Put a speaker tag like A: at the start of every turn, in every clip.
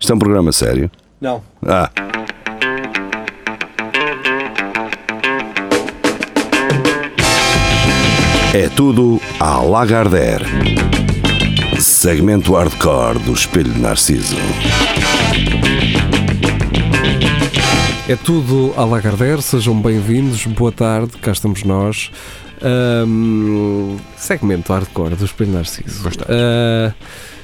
A: Isto é um programa sério.
B: Não.
A: Ah, é tudo à Lagardère. Segmento hardcore do Espelho de Narciso.
C: É tudo à Lagardère, sejam bem-vindos, boa tarde, cá estamos nós. Ahm, segmento hardcore do Espelho Narciso.
D: Bastante.
C: Ah,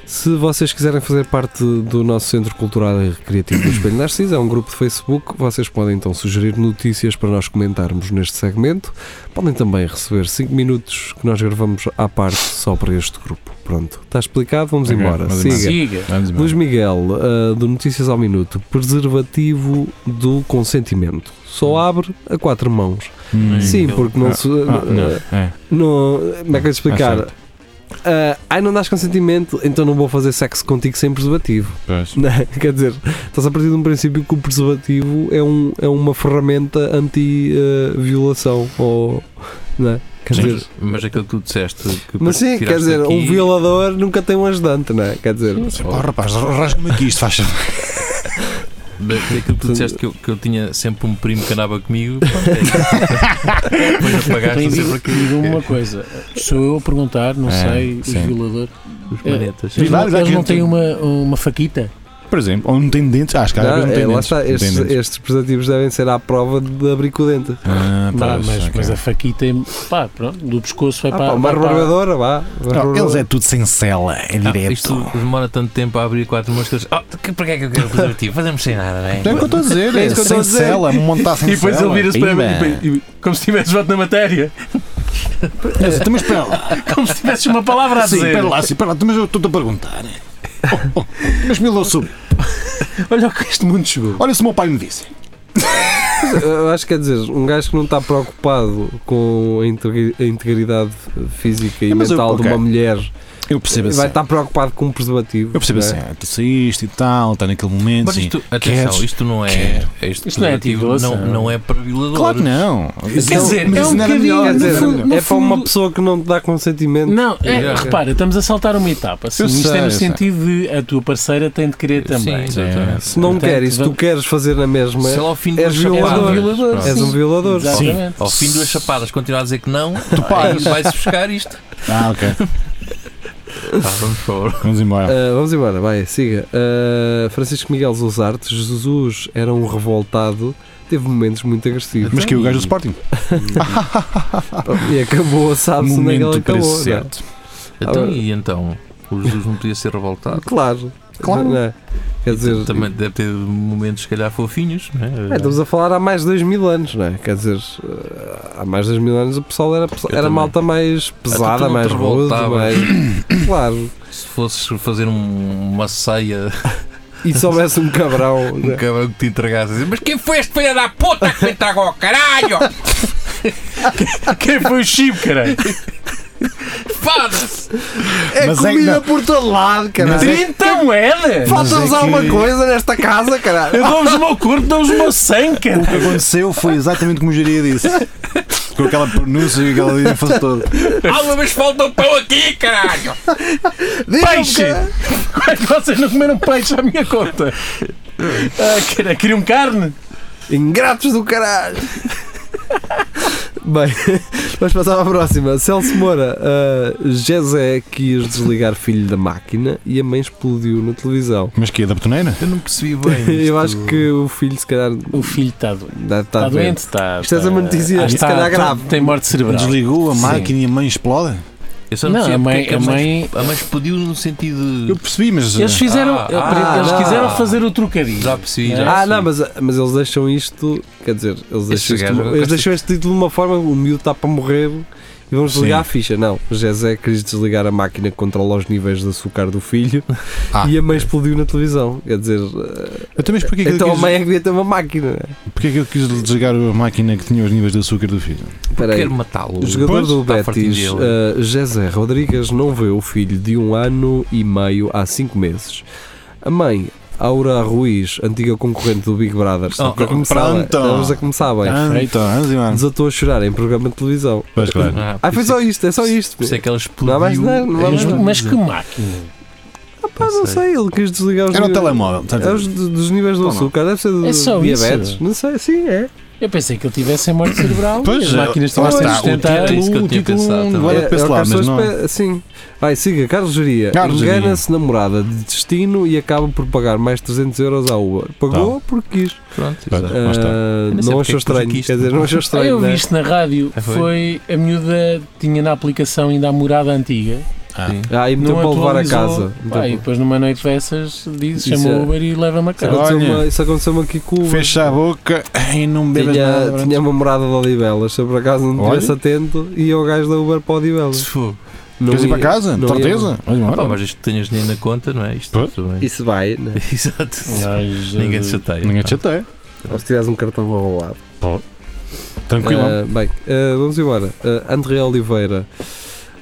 C: se vocês quiserem fazer parte do nosso Centro Cultural e Recreativo do Espelho Narciso, é um grupo de Facebook, vocês podem então sugerir notícias para nós comentarmos neste segmento. Podem também receber 5 minutos que nós gravamos à parte só para este grupo. Pronto, está explicado, vamos
D: Ok,
C: embora.
D: mas
C: Siga.
E: Siga.
D: Vamos embora.
C: Luís Miguel, uh, do Notícias ao Minuto, preservativo do consentimento. Só abre a quatro mãos.
D: Hum.
C: Sim, porque não se.
D: Ah, não.
C: uh,
D: É.
C: não. Como é que eu ia explicar?
D: Ah, certo.
C: Ah, ai, não dás consentimento, então não vou fazer sexo contigo sem preservativo.
D: Pois.
C: Não é? Quer dizer, estás a partir de um princípio que o preservativo é, um, é uma ferramenta anti-violação. ou. Não é? Quer
E: Sim,
C: dizer.
E: mas aquilo que tu disseste que
C: Mas sim, quer
E: tiraste
C: dizer, um
E: daqui-
C: violador nunca tem um ajudante, não é? Quer dizer,
D: Pá, rapaz, rasga-me aqui isto, faz favor.
E: da- Daquilo que tu disseste que eu, que eu tinha sempre um primo que andava comigo, pronto, é isso. depois apagaste sempre
F: Aprendi,
E: aqui
F: digo uma coisa, sou eu a perguntar, não
D: É,
F: sei, os
D: sim.
F: violadores.
E: os planetas.
F: Eles
D: lá,
F: não, eles
D: exatamente.
F: não têm uma, uma faquita?
D: Por exemplo, ou não tem dentes. Ah, acho que
C: Não,
D: não, não
C: é,
D: tem
C: lá
D: dentes.
C: está,
D: Não tem
C: estes,
D: dentes.
C: estes preservativos devem ser à prova de abrir com o dente.
D: Ah,
F: Vá,
D: pois,
F: mas,
D: ok.
F: mas a faquita é, pá, pronto, do pescoço vai
C: Ah,
F: para,
C: pá, uma
F: vai para-
C: rebarbadora, vá.
D: Não,
C: Rebarbadora.
D: eles é tudo sem cela, é
E: Ah,
D: direto.
E: isto demora tanto tempo a abrir quatro moscas. Ah, que, para que é que eu quero o preservativo? Fazemos sem nada, não é?
D: É o que eu estou a dizer, é
C: isso que eu estou
D: sem
C: a dizer.
D: cela, montar sem
F: E depois
D: cela.
F: ele vira-se para mim
D: Ainda.
F: e- e- como se tivesse voto na matéria,
D: Mas, então, mas espera lá,
F: como se tivesse uma palavra a
D: sim,
F: dizer.
D: espera lá, sim, espera lá, mas eu estou-te a perguntar. Oh, oh, mas me lá sobre.
F: Olha o que este mundo chegou.
D: Olha se o meu pai me disse.
C: Eu acho que quer dizer, um gajo que não está preocupado com a integri- a integridade física e
D: É, mas eu-
C: mental de uma
D: ok.
C: mulher
D: Eu percebo assim.
C: vai estar preocupado com um preservativo.
D: Eu percebo
C: não é?
D: assim, ah, tu saíste e tal, está naquele momento.
E: Mas
D: sim.
E: isto,
D: Queres?
E: atenção, isto não é.
D: Quero.
E: Este
F: Isto não é
E: preservativo
F: anti-violação.
E: não, não é para violadores.
D: Claro que não. Mas
F: Quer
D: isso-
F: dizer,
D: mas
F: é
D: isso
F: um
D: não era
F: bocadinho,
D: melhor,
C: Quer
F: no
D: não era
C: dizer,
F: fundo-
D: melhor.
C: é para
F: fundo-
C: uma pessoa que não te dá consentimento.
F: Não, é,
E: É.
F: repara, estamos a saltar uma etapa. Assim,
D: Eu
F: isto
D: sei,
F: é
D: eu
F: no
D: sei.
F: sentido de a tua parceira tem de querer também.
E: Sim, exatamente.
D: é.
C: Se não
F: Portanto,
C: quer e se tu
F: vamos-
C: queres fazer na mesma,
E: Se ela ao fim de
C: És
E: duas
C: violador.
E: chapadas.
F: um Violador,
E: pronto,
C: és um violador.
F: Exato. Exatamente.
E: Ao fim de duas chapadas, continuar a dizer que não, aí
D: paras.
E: vai-se buscar isto.
D: Ah, ok.
E: Tá, vamos por favor.
D: Vamos embora.
C: Ah, vamos embora, vai, siga. Ah, Francisco Miguel Zousarte, Jesus era um revoltado, teve momentos muito agressivos.
D: Mas que é o gajo do Sporting?
C: E acabou, sabe-se onde é que ele
D: Momento
C: acabou.
D: preço
C: não é?
D: certo.
E: Então, e então? O Jesus não podia ser revoltado.
C: Ah, Claro.
D: Claro.
C: Não é? Quer dizer,
E: Também deve ter momentos, se calhar, fofinhos, não
C: é,
E: é?
C: estamos a falar há mais de dois mil anos, não é? Quer dizer, eh, há mais de dois mil anos o pessoal era,
E: Eu
C: era
E: também.
C: malta mais pesada,
E: Ah, tu não
C: mais
E: te
C: rude,
E: revoltavas.
C: mais. Claro.
E: é? Se fosses fazer um- uma ceia,
C: E soubesse um cabrão. não
E: um
C: é?
E: cabrão que te entregasse, a dizer, mas quem foi este filho da puta que me entregou ao caralho?
F: Ah, Quem foi o Chico, caralho?
E: Foda-se!
C: É
D: Mas é que
C: comida
D: não-
C: por todo lado,
D: Mas é
C: caralho.
F: Então moedas!
C: Falta-nos
D: Mas é
C: alguma
D: que-
C: coisa nesta casa, caralho.
F: Eu dou-vos o meu corpo, dou-vos o meu sangue,
D: O que
F: caralho!
D: aconteceu foi exatamente como o Jeria disse. Com aquela pronúncia e aquela ênfase toda.
E: Alguma vez falta um pão aqui, caralho!
C: Diz-me,
F: Peixe!
C: caralho.
F: Como é que vocês não comeram peixe à minha conta? Ah, caralho, queriam carne?
C: Ingratos do caralho! Bem, vamos passar à próxima. Celso Moura, uh, Jezé quis desligar filho da máquina e a mãe explodiu na televisão.
D: Mas que é da betoneira?
E: Eu não percebi bem.
C: Eu acho que o filho, se calhar,
F: O filho está doente.
C: deve estar
F: Está
C: doente.
F: Tá doente, está.
C: Isto é
F: está-
C: uma notícia,
F: Ah,
C: se
F: está-
C: calhar,
F: está-
C: grave.
F: Tem morte cerebral.
D: Desligou a
F: Sim.
D: máquina e a mãe explode?
E: Eu só
F: Não, a
E: percebo porque é
F: mãe.
E: que
F: A mãe
E: A mãe explodiu no sentido de.
D: Eu percebi, mas.
F: eles fizeram.
E: Ah,
C: ah,
F: eles
C: não.
F: quiseram fazer o trocadilho.
E: Já percebi, já
C: Ah,
E: percebi.
C: não, mas, mas eles deixam isto. Quer dizer, eles
E: né? Este
C: deixam, isto-
E: gajo-
C: eles deixam este título de uma forma. O miúdo está para morrer e vamos
D: Sim.
C: desligar a ficha. Não, Jezé quis desligar a máquina que controla os níveis de açúcar do filho
D: Ah.
C: e a mãe explodiu na televisão. Quer dizer, eh,
D: Então, mas porquê que,
C: então a
D: ele
C: mãe é que devia ter uma máquina.
D: quis, porquê que ele quis desligar a máquina que tinha os níveis de açúcar do filho?
C: Espera aí.
E: Quero matá-lo.
C: O jogador
D: Pois,
C: do
E: é está fartinho
C: Betis,
E: dele.
C: eh, Jezé Rodrigues, não vê o filho de um ano e meio há cinco meses. A mãe, Aura Ruiz, antiga concorrente do Big Brother,
E: Oh,
C: a começar, bem.
D: pronto.
C: estamos a começar bem.
D: Ah, então, vamos embora.
C: desatou a chorar em programa de televisão.
D: Pois claro.
E: Ah,
C: Ah,
E: por
C: foi
E: isso
C: só isto, é só
E: é-
C: isto.
E: por isso é que ela
C: Não há mais
E: explodiu.
C: nada, não há
F: Mas,
C: mais nada.
F: mas que máquina!
C: Ah, pá, Ah, não sei, ele quis desligar os
D: Era o
C: níveis-
D: telemóvel.
C: É os de- dos níveis do
D: Ou não?
C: açúcar, deve ser do
F: É só
C: diabetes.
F: isso?
C: Não sei, sim, é.
F: Eu pensei que ele tivesse a morte cerebral.
D: Pois,
F: as máquinas
D: lá
F: tivessem
D: está,
F: a
D: o
F: sustentar.
E: título- isso que eu tinha pensado também.
D: Agora
C: é,
D: penso
C: é o
D: lá, mas
C: Carlos
D: não-
C: Pe- Sim. Vai, siga. Carlos Geria.
D: Carlos Jeria.
C: Engana-se namorada de destino e acaba por pagar mais 300 euros à Uber. Pagou porque quis.
E: Pronto,
D: Pronto.
E: exato.
D: Tá. Lá
C: Ah,
D: está.
E: Eu nem sei
C: não
E: porque
C: achou
E: é que pus
C: estranho.
E: aqui isto.
C: Quer dizer, não achou
F: Ah,
C: estranho.
F: eu vi
C: né?
F: isto na rádio.
E: Ah,
F: Foi
E: foi?
F: a miúda tinha na aplicação ainda a morada antiga.
E: Sim.
C: Ah, e meteu
F: não
C: para levar a
F: atualizou.
C: casa.
F: Pá, e
C: Meteu-
F: depois numa noite dessas diz,
C: Isso
F: chamou
C: é-
F: o Uber e leva-me a
C: Isso
F: casa.
C: aconteceu-me
D: Olha.
C: isso aconteceu-me aqui com o Uber.
D: Fecha a boca e não bebas nada.
C: Tinha,
D: durante-
C: tinha uma morada de Odivelas, se eu por acaso não
D: Olha.
C: estivesse atento, ia o gajo da Uber para Odivelas.
E: fogo.
C: Não
D: Queres ir
C: ia.
D: para casa?
C: não
D: Certeza? Vais embora.
E: Pá, mas isto que tenhas dinheiro na conta, não é? Isto
D: Pô.
E: tudo bem.
C: Isso vai, né?
E: Exato.
D: é.
F: Mas,
E: Ninguém
F: eh,
E: se chateia.
D: Ninguém te
E: pá.
D: chateia.
C: Ou se tivesse um cartão roubado.
D: Tranquilo.
C: Ah, bem, ah, vamos embora. Ah, André Oliveira,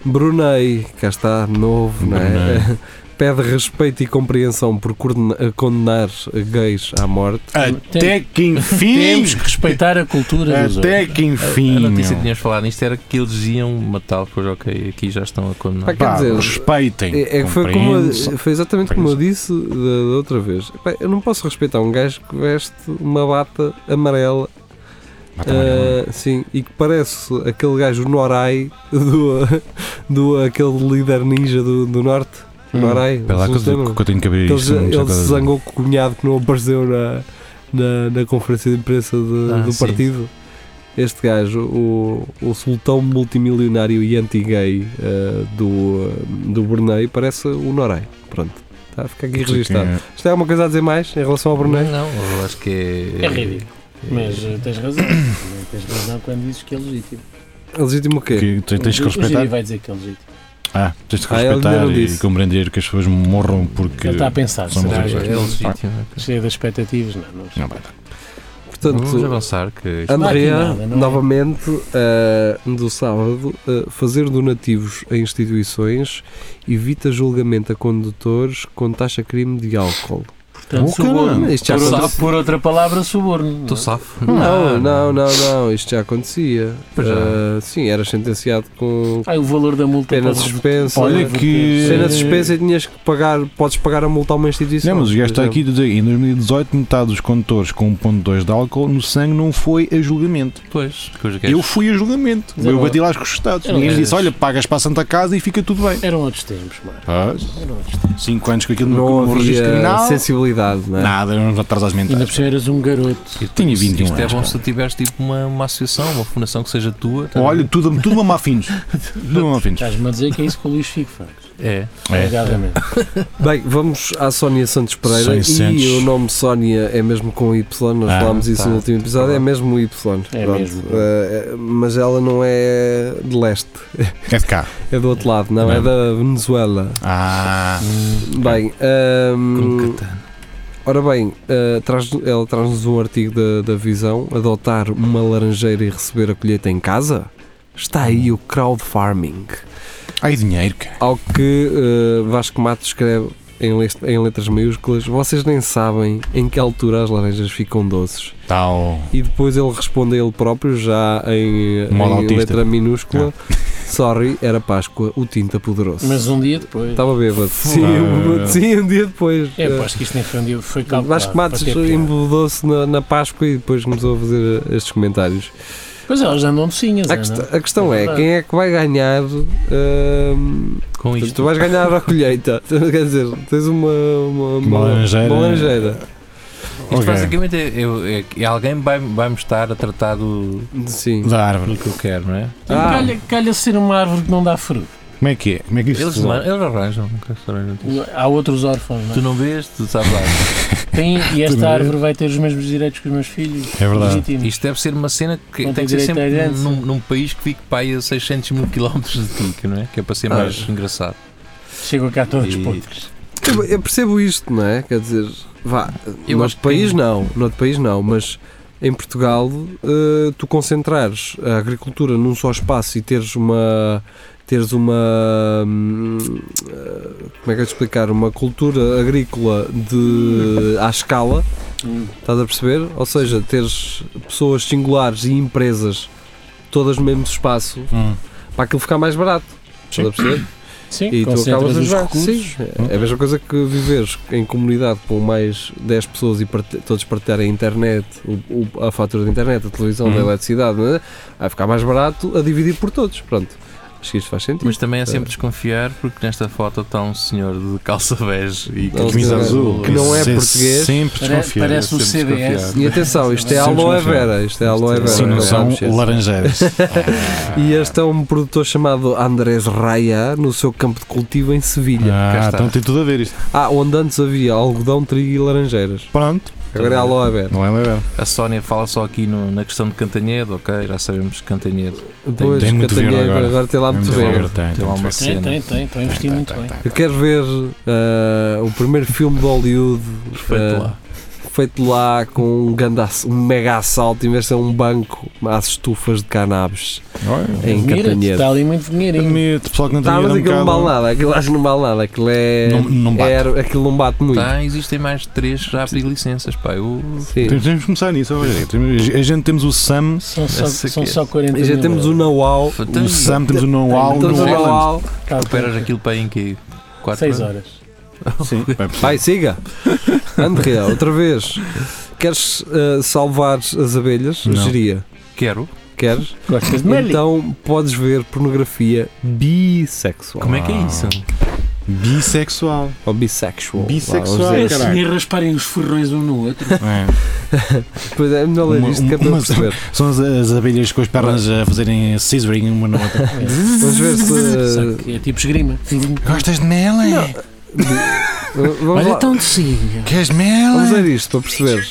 C: Brunei, cá está, novo, não é?
D: Brunei.
C: Pede respeito e compreensão por coordena- ah, condenar gays à morte.
D: Até que
F: Temos
D: enfim.
F: que respeitar a cultura dos
D: Até
F: outros.
C: Eh,
D: que
E: A
D: enfim.
E: notícia que
D: meu.
E: tínhamos falado nisto era que eles iam matá-lo, pois ok, aqui já estão a
C: Pá,
E: condenar.
C: quer
D: Pá,
C: dizer,
D: respeitem.
C: É, é que foi, como eu-
D: compreensão.
C: foi exatamente como eu disse da, da outra vez. Epá, eu não posso respeitar um gajo que veste uma bata amarela,
D: Ah, tá bem,
C: ah, sim, e que parece aquele gajo Norai do, do aquele líder ninja do, do norte.
F: Hum.
C: Norai.
D: Espera lá
C: vocês
D: que
C: não se
D: eu-
C: lembram?
D: que eu tenho que abrir
C: Ele,
D: isto. não sei
C: ele
D: qual é.
C: se zangou com o cunhado que não apareceu na, na, na conferência de imprensa de-
E: Ah,
C: do
E: sim.
C: partido. Este gajo, o, o sultão multimilionário e anti-gay eh, do, eh, do Brunei, parece o Norai. Pronto, está a ficar aqui registado. Isto é alguma coisa a dizer mais em relação ao Brunei?
E: Não, eu acho que é.
F: É ridículo. Mas eh, tens razão. Também tens razão quando dizes que é legítimo.
C: É legítimo o quê?
D: Que tu tens que
F: O- o Giri
D: respeitar.
F: vai dizer que é legítimo.
D: Ah, tens que
C: Ah, ele
D: respeitar
C: não
D: e
C: disse.
D: compreender que as pessoas morram porque.
F: Ele está a pensar.
D: São
E: Será
F: Será
E: que
D: Vamos
E: é
F: é legítimo?
E: legítimo?
F: Cheio de expectativas? Não, não.
D: Não vai tá. dar.
E: Vamos
C: Portanto,
E: avançar, que isto- um
F: Não há aqui
C: Andrea,
F: nada, não é?
C: novamente, ah, do sábado, ah, fazer donativos a instituições evita julgamento a condutores com taxa crime de álcool.
F: Portanto,
D: Oh, caramba.
F: suborno.
C: Isto já
F: Por outra-
C: aconteceu.
F: Por outra palavra, suborno. é?
E: estou safo. Ah,
C: Não, não, não, não, isto já acontecia.
E: Pois já.
C: Ah, sim, era sentenciado com
F: Ah, o valor da multa
C: pena de
F: pode-
C: suspensa.
F: pode-
D: Olha que-
C: Pena de
D: eh,
C: suspensa e tinhas que pagar, podes pagar a multa a é uma instituição.
D: Não, mas o gajo
C: por
D: está aqui
C: exemplo.
D: a dizer em 2018 metade dos condutores com 1.2 de álcool no sangue não foi a julgamento.
E: Pois, coisa que é.
D: Eu fui a julgamento.
F: Mas
D: Eu
F: agora-
D: bati lá com os estados.
F: Era
D: Ninguém
F: um
D: disse,
F: gajo.
D: olha, pagas para a Santa Casa e fica tudo bem.
F: Eram outros tempos, Marco.
D: Ah,
F: Eram outros
D: cinco anos com aquilo
C: Não
D: no no registro
C: havia
D: criminal.
C: sensibilidade, não é?
D: Nada, não atrás às
F: Ainda
D: mentais.
F: por cima eras um garoto.
E: Isto-
D: Tinha
E: isto-
D: 21
E: Isto é
D: anos,
E: bom
D: pá.
E: se tu tiveres tipo uma, uma associação, uma fundação que seja tua. tá
D: Olha,
E: bem?
D: tudo, tudo mamar finos. Tudo mamar finos.
F: Estás-me a dizer que é isso que o Luís Fico faz.
E: É.
F: Alegadamente.
C: Bem, vamos à Sónia Santos Pereira.
D: Seiscentos.
C: E o nome Sónia é mesmo com Y, nós
D: Ah,
C: falámos isso
E: tá.
C: no último episódio, é mesmo o Y.
F: É
C: pronto.
F: mesmo.
C: Ah, mas ela não é de leste,
D: É de cá.
C: é do outro lado, não, é
D: Não.
C: da Venezuela.
D: Ah,
C: Bem,
E: Com
C: ahm,
E: catana.
C: Ora bem, eh, traz- ela traz-nos um artigo da, da Visão: adotar uma laranjeira e receber a colheita em casa? Está aí o crowd farming.
D: ai dinheiro, cara.
C: Ao que eh, Vasco Mato escreve em, lest- em letras maiúsculas: vocês nem sabem em que altura as laranjas ficam doces.
D: Tal.
C: E depois ele responde a ele próprio, já em,
D: Um Modo
C: em
D: autista. Ah.
C: letra minúscula: sorry, era Páscoa, o tinta poderoso.
F: Mas um dia depois.
C: Estava bêbado. Sim,
D: Ah.
C: sim, um dia depois.
F: É,
C: Eh,
F: pá, acho que isto nem foi um dia. Foi calculado.
C: Vasco Matos
F: para é ter piada.
C: embudou-se na, na Páscoa e depois começou a fazer eh, estes comentários.
F: Pois é, elas andam docinhas.
C: A,
F: andam.
C: quest- a questão
F: É
C: é,
F: verdade.
C: quem é que vai ganhar? hum,
E: Com
C: tu-
E: isto.
C: tu vais ganhar a colheita. Quer dizer, tens uma, uma,
D: Uma laranjeira.
C: uma laranjeira.
E: Isto
D: Ok.
E: basicamente é, é- é- é alguém vai- vai-me estar a tratar do,
C: Sim.
D: Da árvore.
E: do que eu quero, não é?
C: Ah.
F: Calha, calha ser uma árvore que não dá fruto.
D: Como é que é? Como é que isto
E: Eles,
D: se resolve?
E: eles arranjam um restaurante.
F: Há outros órfãos, não é?
E: Tu não vês, tu sabes lá.
F: Tem, e
D: Tu não
F: esta
D: é?
F: árvore vai ter os mesmos direitos que os meus filhos.
D: É verdade.
F: Legítimo.
E: Isto deve ser uma cena que
F: Não
E: tem
F: tem
E: que ser
F: direito à
E: sempre
F: herança.
E: num, num país que fique para aí a 600 mil quilómetros de ti, que não é? Que é para ser
C: Ah.
E: mais engraçado.
F: Chegam cá todos
E: E-
F: podres.
C: Eu, Tipo, eu percebo isto, não é? Quer dizer, vá,
E: Eu
C: no
E: acho
C: noutro
E: que
C: país
E: tem-
C: não, no outro país não, mas em Portugal eh, tu concentrares a agricultura num só espaço e teres uma teres uma hum, eh, como é que eu te explicar uma cultura agrícola de à escala estás a perceber ou seja teres pessoas singulares e empresas todas no mesmo espaço
D: Hum.
C: para aquilo ficar mais barato estás a perceber
F: Sim,
C: e tu acabas a
F: concentras os
C: jogar.
F: recursos.
C: Sim, é a mesma coisa que viveres em comunidade com mais 10 pessoas e parte- todos partilharem a internet, o- o- a fatura da internet, a televisão,
E: Uhum.
C: da eletricidade, né? vai ficar mais barato a dividir por todos. Pronto, acho que isto faz sentido.
E: Mas também é sempre desconfiar porque nesta foto está um senhor de calça bege e
C: Não,
E: camisa
C: senhor,
E: azul.
C: que não é
D: Sim,
C: português.
D: Sempre
F: Pare-
D: desconfio.
F: Parece um o
E: Sempre
F: CDS.
E: desconfiado.
C: E atenção, isto é
D: Sempre
C: aloe
D: desconfiado.
C: vera. Isto é aloe vera.
D: Sim, um não
C: não
D: são
C: sabes, é assim. gente.
D: laranjeiras.
C: E este é um produtor chamado Andrés Raya no seu campo de cultivo em Sevilha.
E: cá
D: Ah,
E: está.
D: então tem tudo a ver isto.
C: Ah, onde antes havia algodão, trigo e laranjeiras.
D: Pronto,
C: Agora é aloe vera.
D: não é legal.
E: A Sónia fala só aqui no- na questão de Cantanhedo, ok? Já sabemos que Cantanhedo
C: Depois,
D: tem muito
C: Catanhedo,
D: verde agora.
C: tem lá muito verde.
D: Tem,
E: tem lá uma
F: Tem,
E: cena.
F: tem, tem. Estão
D: Tá,
F: investindo muito bem.
C: Eu quero ver ah, o primeiro filme de Hollywood
E: Perfeito
C: ah,
E: lá.
C: feito lá com um, ganda, ass- um mega assalto em vez de ser um banco às estufas de cannabis
D: Olha,
C: em
F: Mira,
C: Catanhedo.
F: está ali muito dinheirinho.
D: admito, pessoal que não tem
C: Tá, mas
D: dinheiro
C: aquilo
D: é um
C: não vale
D: bocado-
C: nada, aquilo acho que não vale nada, aquilo é.
D: Não- não bate.
C: é- aquilo não bate muito.
E: Tá, existem mais de três que já abri licenças, pá. Eu,
C: Sim.
D: Temos, temos que começar nisso. olha, temos- A gente temos o Sam,
F: São só,
E: Esse aqui
F: são
E: é-
F: só 40
C: E já
F: mil
C: temos o
F: euros.
C: know-how.
E: Então,
D: o Sam, temos o Know-how
C: Temos
D: no
C: o
D: Holland.
C: know-how.
E: recuperas aquilo para aí em que? 4
F: 6 Tá
C: é?
F: horas.
D: Sim, vai por-
C: Vai, siga. Andrea, outra vez. Queres ah, salvar as abelhas?
D: Não.
C: Geria.
E: Quero.
C: Queres?
F: Gostas de Melly?
C: Então podes ver pornografia bissexual.
E: Como é que é isso?
D: bissexual.
C: Ou bissexual.
D: Bissexual,
C: vá, vamos dizer.
D: caralho.
F: e rasparem os forrões um no outro.
D: É.
C: Pois é, é melhor ler
D: Uma-
C: isto que é para eu
D: uma-
C: perceber.
D: São as, as abelhas com as pernas a fazerem scissoring uma na outra.
C: Vamos ver
F: Sabe
C: se.
F: que é tipo esgrima.
D: Gostas de mela? hein?
C: Vamos
F: Olha então, eh,
C: lá.
F: é tão docinho.
D: Queres
C: Vamos
D: mela?
C: ler isto para perceber.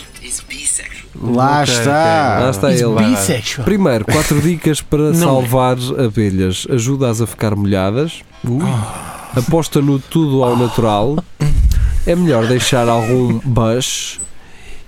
D: Lá
E: Ok,
D: está.
E: ok.
C: Lá está
E: Vai,
C: ele.
E: vai, vai.
F: Bissexual.
C: Primeiro, quatro dicas para
F: Não.
C: salvar abelhas. Ajuda-as a ficar molhadas.
F: Ah.
C: Aposta no tudo ao natural. É melhor deixar algum bush.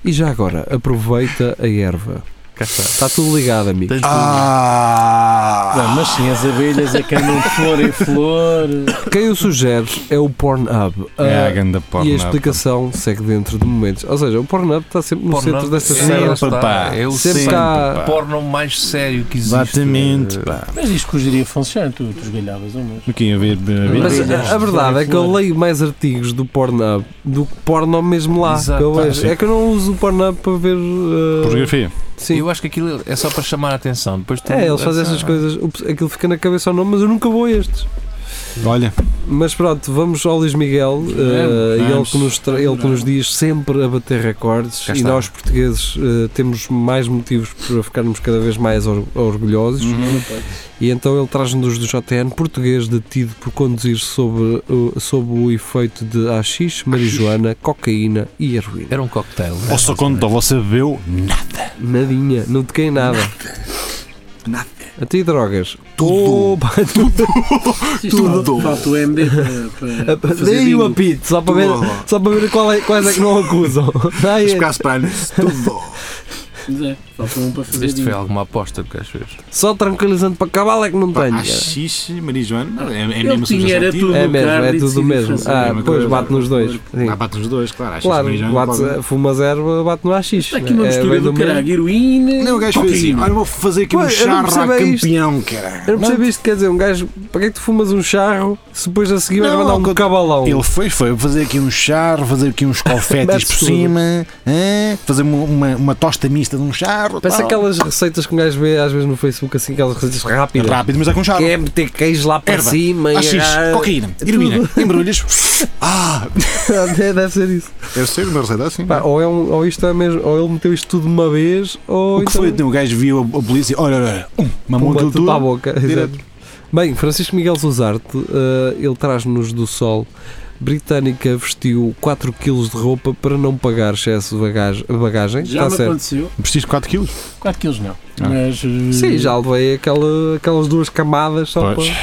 C: E já agora, aproveita a erva.
E: Cá está. um
C: Está tudo ligado, amigo.
E: Tanto-
D: Ah!
F: Não, mas sim, as abelhas é que andam de flor em flor.
C: Quem eu sugero é o Pornhub.
D: É a
C: Ah,
D: ganda
C: e
D: porna.
C: a explicação segue dentro de momentos. Ou seja, o Pornhub está sempre no
E: Porno-
C: centro
F: é
D: É,
C: destas
E: Sim,
C: merdas.
E: pá,
D: pá.
E: É o
C: Sempre
E: sempre
C: cá-
D: pá.
E: porno mais sério que existe.
D: Ah. Exatamente,
E: Eh,
D: pá.
F: Mas diz que o geria funciona, tu, tu esgalhavas um umas.
D: O que ia ver?
C: Mas
D: eh,
E: Sim.
C: a, a verdade é que eu leio mais artigos do Pornhub do que porno mesmo lá.
E: Exato.
C: que eu vejo.
D: Ah, sim.
C: É que eu não uso o Pornhub para ver. uh,
D: Pornografia.
C: sim.
E: Eu acho que aquilo é só para chamar a atenção. Depois tu-
C: É, eles fazem
E: Ah.
C: essas coisas. Ups, aquilo fica na cabeça ou não, mas eu nunca vou a estes.
D: Olha,
C: Mas pronto, vamos ao Luís Miguel. uh, e ele, que nos tra- ele que nos diz sempre a bater recordes.
E: Cá
C: e
E: está.
C: nós, portugueses, uh, temos mais motivos para ficarmos cada vez mais or- orgulhosos. E então ele traz-nos do JN português detido por conduzir sob, uh, sob o efeito de haxixe, marijuana, cocaína e heroína.
E: Era um cocktail.
D: ou só quando você bebeu, nada.
C: Nadinha, não te quem nada.
B: Nada.
C: A ti drogas.
B: Tudo.
C: Opa,
B: Tudo.
F: Falta o MD para, para, para fazer
C: Dei o
F: bingo.
C: apito, só para ver,
B: Tudo.
C: só para ver qual é- quais é que não acusam. Ai,
B: Os
C: é.
B: braços para anos, tudo.
F: Mas é, Falta um para fazer
E: Este foi
F: bingo.
E: alguma aposta que às vezes.
C: Só tranquilizante para cavalo é que não tenho. cara.
D: Xixi, marijuana, é, é
F: Ele tinha era tudo
C: É mesmo,
F: carne
C: é
F: e
C: tudo o
F: decidiu
C: mesmo.
F: fazer.
C: Ah,
D: É uma
C: depois
D: coisa.
C: bate nos dois. Sim.
D: Ah, bate os dois, claro. Xixi,
C: Claro,
D: marijuana,
C: bate, fumas erva, bate no AX.
D: Tá
F: Está aqui uma mistura do caralho, heroína.
D: Não, o gajo fez assim,
F: cocaína.
D: olha, vou fazer aqui um
C: Ué, eu não
D: charro a
C: percebo é isto.
D: campeão, cara.
C: Eu não percebo isto, quer dizer, um gajo, para que é que tu fumas um charro se depois a seguir vais
D: Não,
C: mandar um
D: quando-
C: cabalão?
D: Ele foi, foi fazer aqui um charro, fazer aqui uns confetes
C: Mete
D: por
C: tudo.
D: cima, hã? fazer uma, uma, uma tosta mista de um charro.
C: Parece
D: tal.
C: aquelas receitas que um gajo vê às vezes no Facebook, assim, aquelas receitas rápidas.
D: Rápido, mas dá com charro.
C: Que é meter queijo lá para
D: Erva,
C: cima
D: AX,
C: e.
D: cocaína, heroína, embrulhas. Ah,
C: Até deve ser isso.
B: Eu sei uma receita assim.
C: Pá, ou, é um- ou isto é mesmo, ou ele meteu isto tudo de uma vez, ou
D: o que
C: então
D: foi? Então, O gajo viu a, a polícia, olha, olha, olha, um, mamou
C: Pumba,
D: aquilo
C: tudo tá à
D: tudo.
C: boca.
D: direto.
C: exato. Bem, Francisco Miguel Zuzarte, eh, ele traz-nos do sol. Britânica vestiu 4 kg de roupa para não pagar excesso de bagagem. bagagem. Está
F: Já me
C: Ah, tá certo.
F: aconteceu.
D: Vestiste 4 quilos.
F: 4 quilos não.
D: Ah.
F: Mas uh,
C: Sim, já levei aquela, aquelas duas camadas só
D: Pois.
C: para.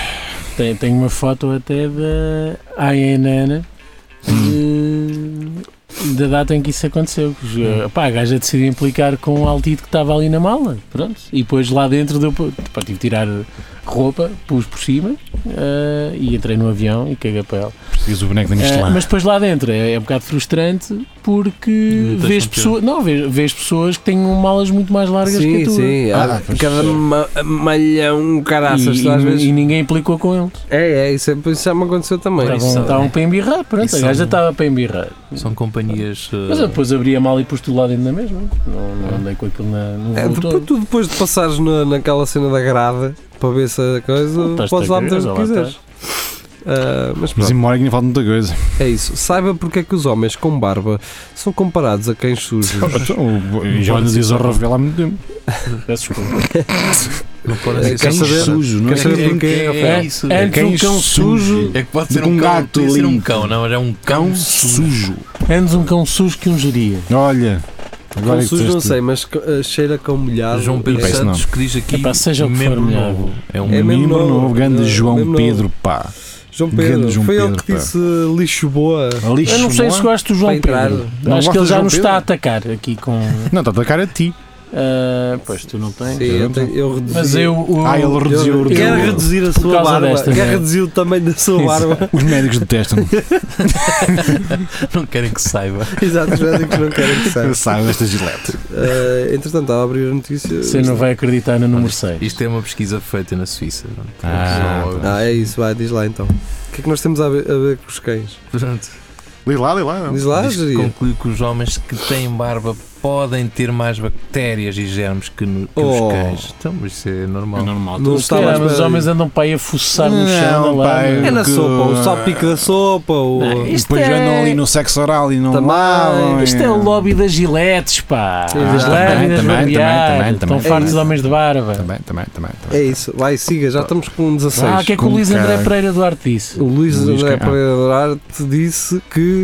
F: tem- tenho uma foto até da ANN uh, da data em que isso aconteceu. Que, uh, pá, a gaja decidiu implicar com o altito que estava ali na mala. Pronto. E depois lá dentro deu, pa- pá, tive de tirar roupa, pus por cima ah, e entrei no avião e caguei para ela.
D: Precisas o boneco da
C: É,
F: Ah,
D: Michelin.
F: mas depois lá dentro é, é um bocado frustrante porque
E: Não tens
F: vês
E: sentido.
F: pessoas, não, vês, vês pessoas que têm malas muito mais largas que é a
C: Sim,
F: tua.
C: sim.
D: Ah,
C: há
D: pois.
C: cada ma malhão, caraças,
F: e,
C: tu às
F: e-
C: vezes.
F: e ninguém implicou com eles.
C: É, é, isso, é, isso é já me aconteceu também.
E: Por isso
F: Estavam,
E: são-
F: estavam para embirrar, pronto,
E: isso
F: a gaja
E: são-
F: estava para embirrar.
E: São companhias. eh,
F: Mas eu depois abri a mala e pus-te lá dentro na mesma. Não, não andei com aquilo na, no
C: É,
F: voo
C: depois,
F: todo.
C: tu depois de passares na, naquela cena da grada para ver se a coisa,
F: Estás-te
C: podes
F: a
C: lá meter
F: cagar,
C: o que
F: já lá
C: quiseres. Ah, mas
D: Mas
C: pronto,
D: em memória que ainda falta muita coisa.
C: é isso. Saiba porque é que os homens com barba são comparados a cães sujos.
D: Então, o Jonas e o Zorro vê lá há muito tempo.
F: Peço desculpa.
E: Não podem
C: É,
E: ser
C: quer
E: sujos.
C: saber?
D: sujo,
C: Quer saber porquê,
E: é, que é
C: Rafael?
E: isso?
F: É
E: É,
F: que um cão sujo.
E: que pode ser
D: de
E: um
D: um
E: cão.
D: gato
E: Podia ser um
D: limpo.
E: cão, não, mas é um cão.
D: Cão sujo.
F: Antes um cão sujo que um geria.
D: Olha.
C: Cão
D: Agora é que
C: sujo não
D: disseste.
C: sei, mas ah, cheira com molhado.
E: João Pedro
C: é,
D: Isso não.
E: Santos que diz aqui
F: Epá, seja o que for,
E: membro
F: melhor.
E: novo. É um
C: É mesmo
D: Membro
C: novo,
D: novo, grande
C: é,
D: João
C: membro
D: Pedro, pá.
C: João
D: Grande
C: Pedro,
D: João
C: foi ele
D: Pedro,
C: que
D: pá. Ah,
C: disse eh, lixo boa.
D: Ali
F: Eu não sei se
D: chumou.
F: gosto do João
C: Para entrar.
F: Pedro.
D: Não
F: Acho
D: gostas
F: que ele
D: do
F: já
D: João
F: nos
D: Pedro?
F: está a atacar aqui com.
D: Não, está a atacar a ti.
F: Ah, pois tu não tens.
C: Sim, eu, tenho- eu reduzi.
F: Mas eu. o-
D: Ah, ele reduziu
C: eu,
D: o
C: quer
D: teu-
C: reduzir a sua
F: causa
C: barba.
F: desta,
C: quer
F: né?
C: reduzir o tamanho da sua
D: Isso.
C: barba.
D: Os médicos detestam.
E: Não querem que saiba.
C: Exato, os médicos não querem que saiba.
D: Sabe esta gilete.
C: Eh, entretanto, estava a abrir a notícia.
F: Você não vai acreditar no número 6.
E: Isto é uma pesquisa feita na Suíça. não é?
D: Ah,
E: Só-
C: Ah, é isso, vai, diz lá então. O que é que nós temos a ver, a ver com os cães?
E: Portanto,
B: Li lá, li lá.
C: Diz lá,
E: diz que
C: Jeria.
E: conclui que os homens que têm barba podem ter mais bactérias e germes que, no- que
C: Oh.
E: os cães. Então, mas isso é normal.
D: normal.
C: Não está
F: Caramba,
C: mais
F: É, os
C: para-
F: homens andam para aí a fuçar no
D: Não,
F: chão. anda lá,
D: pá,
F: não.
C: É na
D: que-
C: sopa, o salpico da sopa, o.
F: Não, isto
D: Depois
F: é-
D: andam ali no sexo oral e não
C: Também.
D: lavam.
F: Isto é o lobby das giletes, pá.
C: Sim,
F: das
C: ah,
F: lâminas
D: também, também, também,
F: barbeadas.
D: também,
F: Estão
D: também.
F: fartos de
C: É
F: homens de barba.
D: Também, também, também. também.
C: É isso, vai, siga, já estamos com 16.
F: Ah, o que é que o
D: com
F: Luís André
D: caralho.
F: Pereira Duarte disse?
C: O Luís
D: Luís
C: André
D: quem? Ah.
C: Pereira Duarte disse que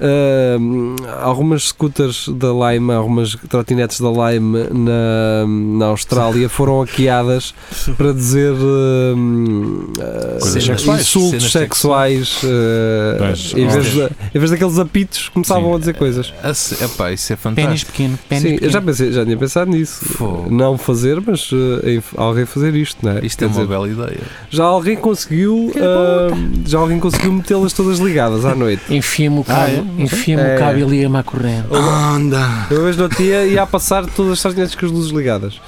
C: ahm, algumas scooters da Lime, algumas trotinetes da Lime na, na Austrália foram hackeadas para dizer ahm, ah,
D: Coisas
E: sexuais.
C: insultos
E: Cenas
C: sexuais ah,
D: Pois,
C: em, vez
E: óbvio.
C: da- em vez daqueles apitos começavam
D: Sim.
C: a dizer coisas.
E: Ah, se- epá, isso é
D: Pênis
E: fantástico.
D: pequeno,
C: Sim,
D: pênis
C: eu já
D: pequeno.
C: pensei, já tinha pensado nisso.
E: Fogo.
C: Não fazer, mas ah, em- alguém fazer isto, não é?
E: Isto
C: Quer
E: é uma
C: dizer,
E: bela ideia.
C: já alguém conseguiu, ahm, já alguém conseguiu metê-las todas ligadas à noite.
F: Enfia-me o
D: Ah,
F: cabo, enfia-me
C: É.
F: o cabo e liga-me à corrente.
D: Um Anda!
C: Eu hoje no dia ia a passar todas as sardinetas com as luzes ligadas.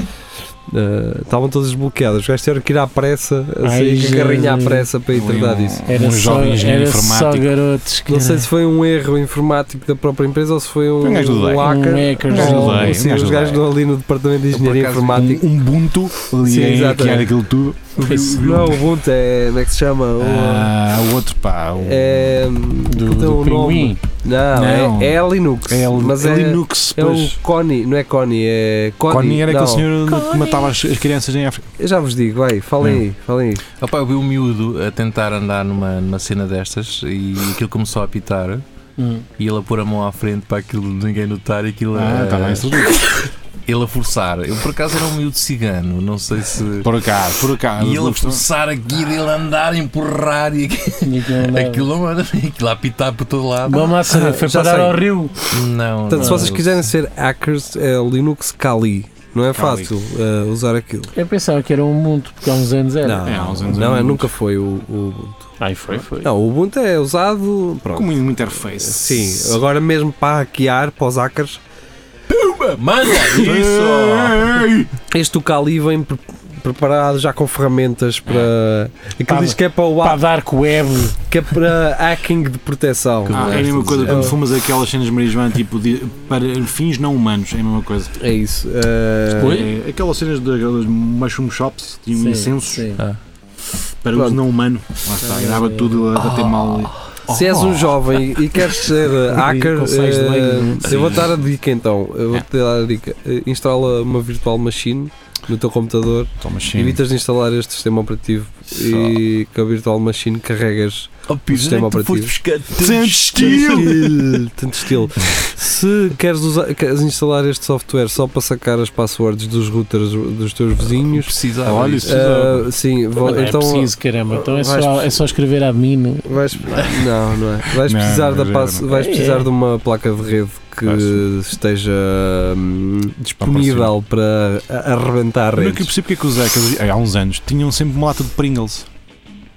C: Ah, estavam todas bloqueadas. Os gajos tiveram que ir à pressa,
F: Ai,
C: assim, com a carrinha à
F: Jesus.
C: pressa para ir tratar disso.
F: Era
D: um
F: só,
D: jovem engenheiro
F: era só
D: informático.
F: garotos que
C: Não sei se foi um erro informático da própria empresa ou se foi um,
D: Foi um gajo do
C: um
D: DEI.
C: hacker.
F: Um hacker,
C: Não,
F: um gajo do
D: DEI,
C: sim,
D: um gajo
C: os
D: do
C: gajos
D: DEI.
C: do ali no departamento de engenharia
E: acaso,
C: informática.
D: Um bunto
C: Sim,
D: ali a
C: exatamente.
D: hackear aquilo tudo.
C: Não, o Ubuntu é. Como é que se chama? O-
D: Ah, o outro pá. O...
C: é.
F: do,
C: que tem
F: do
C: um
F: pinguim.
C: nome. Não,
D: Não.
C: É, é Linux.
D: É, o-
C: mas
D: é
C: é,
D: Linux,
C: é
D: pois.
C: o Connie, não é Connie, é Connie.
D: Connie era
C: não.
D: aquele senhor que matava as, as crianças em África.
C: Eu já vos digo, vai, falem aí, falem aí.
E: Epá, eu vi um miúdo a tentar andar numa, numa cena destas e aquilo começou a apitar.
F: Hum.
E: E ele a pôr a mão à frente para aquilo ninguém notar e aquilo
D: Ah,
E: a-
C: tá
D: está bem instruído.
E: ele a forçar. Eu por acaso era um miúdo cigano, não sei se.
D: Por acaso, por
C: Ah,
D: acaso.
E: E ele a forçar aqui, dele a andar, a empurrar e aquilo,
F: E aquilo andava.
E: aquilo, aquilo a apitar por todo lado.
F: Vamos lá saber, foi
C: Ah, Já
F: parar
C: sei.
F: ao rio.
E: Não,
C: Portanto,
E: não,
C: se vocês quiserem ser hackers, é Linux Kali. Não é
D: Kali.
C: fácil eh, usar aquilo.
F: Eu pensava que era um mundo, porque há uns anos era.
C: Não,
D: É, há uns anos
C: não, é,
D: era Ubuntu.
C: nunca foi o, o Ubuntu.
F: Ai, foi, foi.
C: Não, o Ubuntu é usado. Pronto.
D: Como um interface.
C: Sim, agora mesmo para hackear, para os hackers,
E: Manda!
D: Ah, Isso!
C: este o Kali vem pre- preparado já com ferramentas para. Aquilo
F: Para-
C: diz que é para o
F: Para a
C: hack,
F: Dark Web.
C: que é para hacking de proteção.
D: Ah, é a mesma coisa
C: dizer.
D: quando fumas aquelas cenas de marijuana tipo de- para fins não humanos, é a mesma coisa.
C: É isso. eh,
D: É, aquelas cenas daquelas mushroom shops tinham
F: Sim,
D: incensos
F: sim.
D: para
C: Pronto.
D: uso não humano. Lá está, grava tudo a bater mal.
C: Se és
F: Oh,
C: um jovem e queres ser eh, hacker,
D: Conselhos de
C: eh,
D: leigo, né?
C: eu vou te dar a dica então. Eu vou
F: É.
C: te dar a dica. Eh, Instala uma virtual machine no teu computador,
D: Toma
C: evitas de instalar este sistema operativo e com a virtual machine carregas
E: Oh,
C: o sistema operativo.
E: buscar
C: estilo! Tanto estilo. Se queres, usar, queres instalar este software só para sacar as passwords dos routers dos teus vizinhos,
E: Precisava.
D: Olha,
E: disso.
C: eh, sim, vou-
F: Não, é
C: então
F: preciso, caramba. Então é
C: vais-
F: só, é só escrever admin.
C: Vais, não, não é. Vais
D: Não,
C: precisar,
D: não,
C: da
D: não,
C: pass-
D: não.
C: vais
F: É,
C: precisar
F: é.
C: de uma placa de rede que
D: Vais.
C: esteja hum, disponível para a- arrebentar
D: Eu é nunca
C: redes.
D: percebo porque é que os hackers, há uns anos, tinham sempre uma lata de Pringles.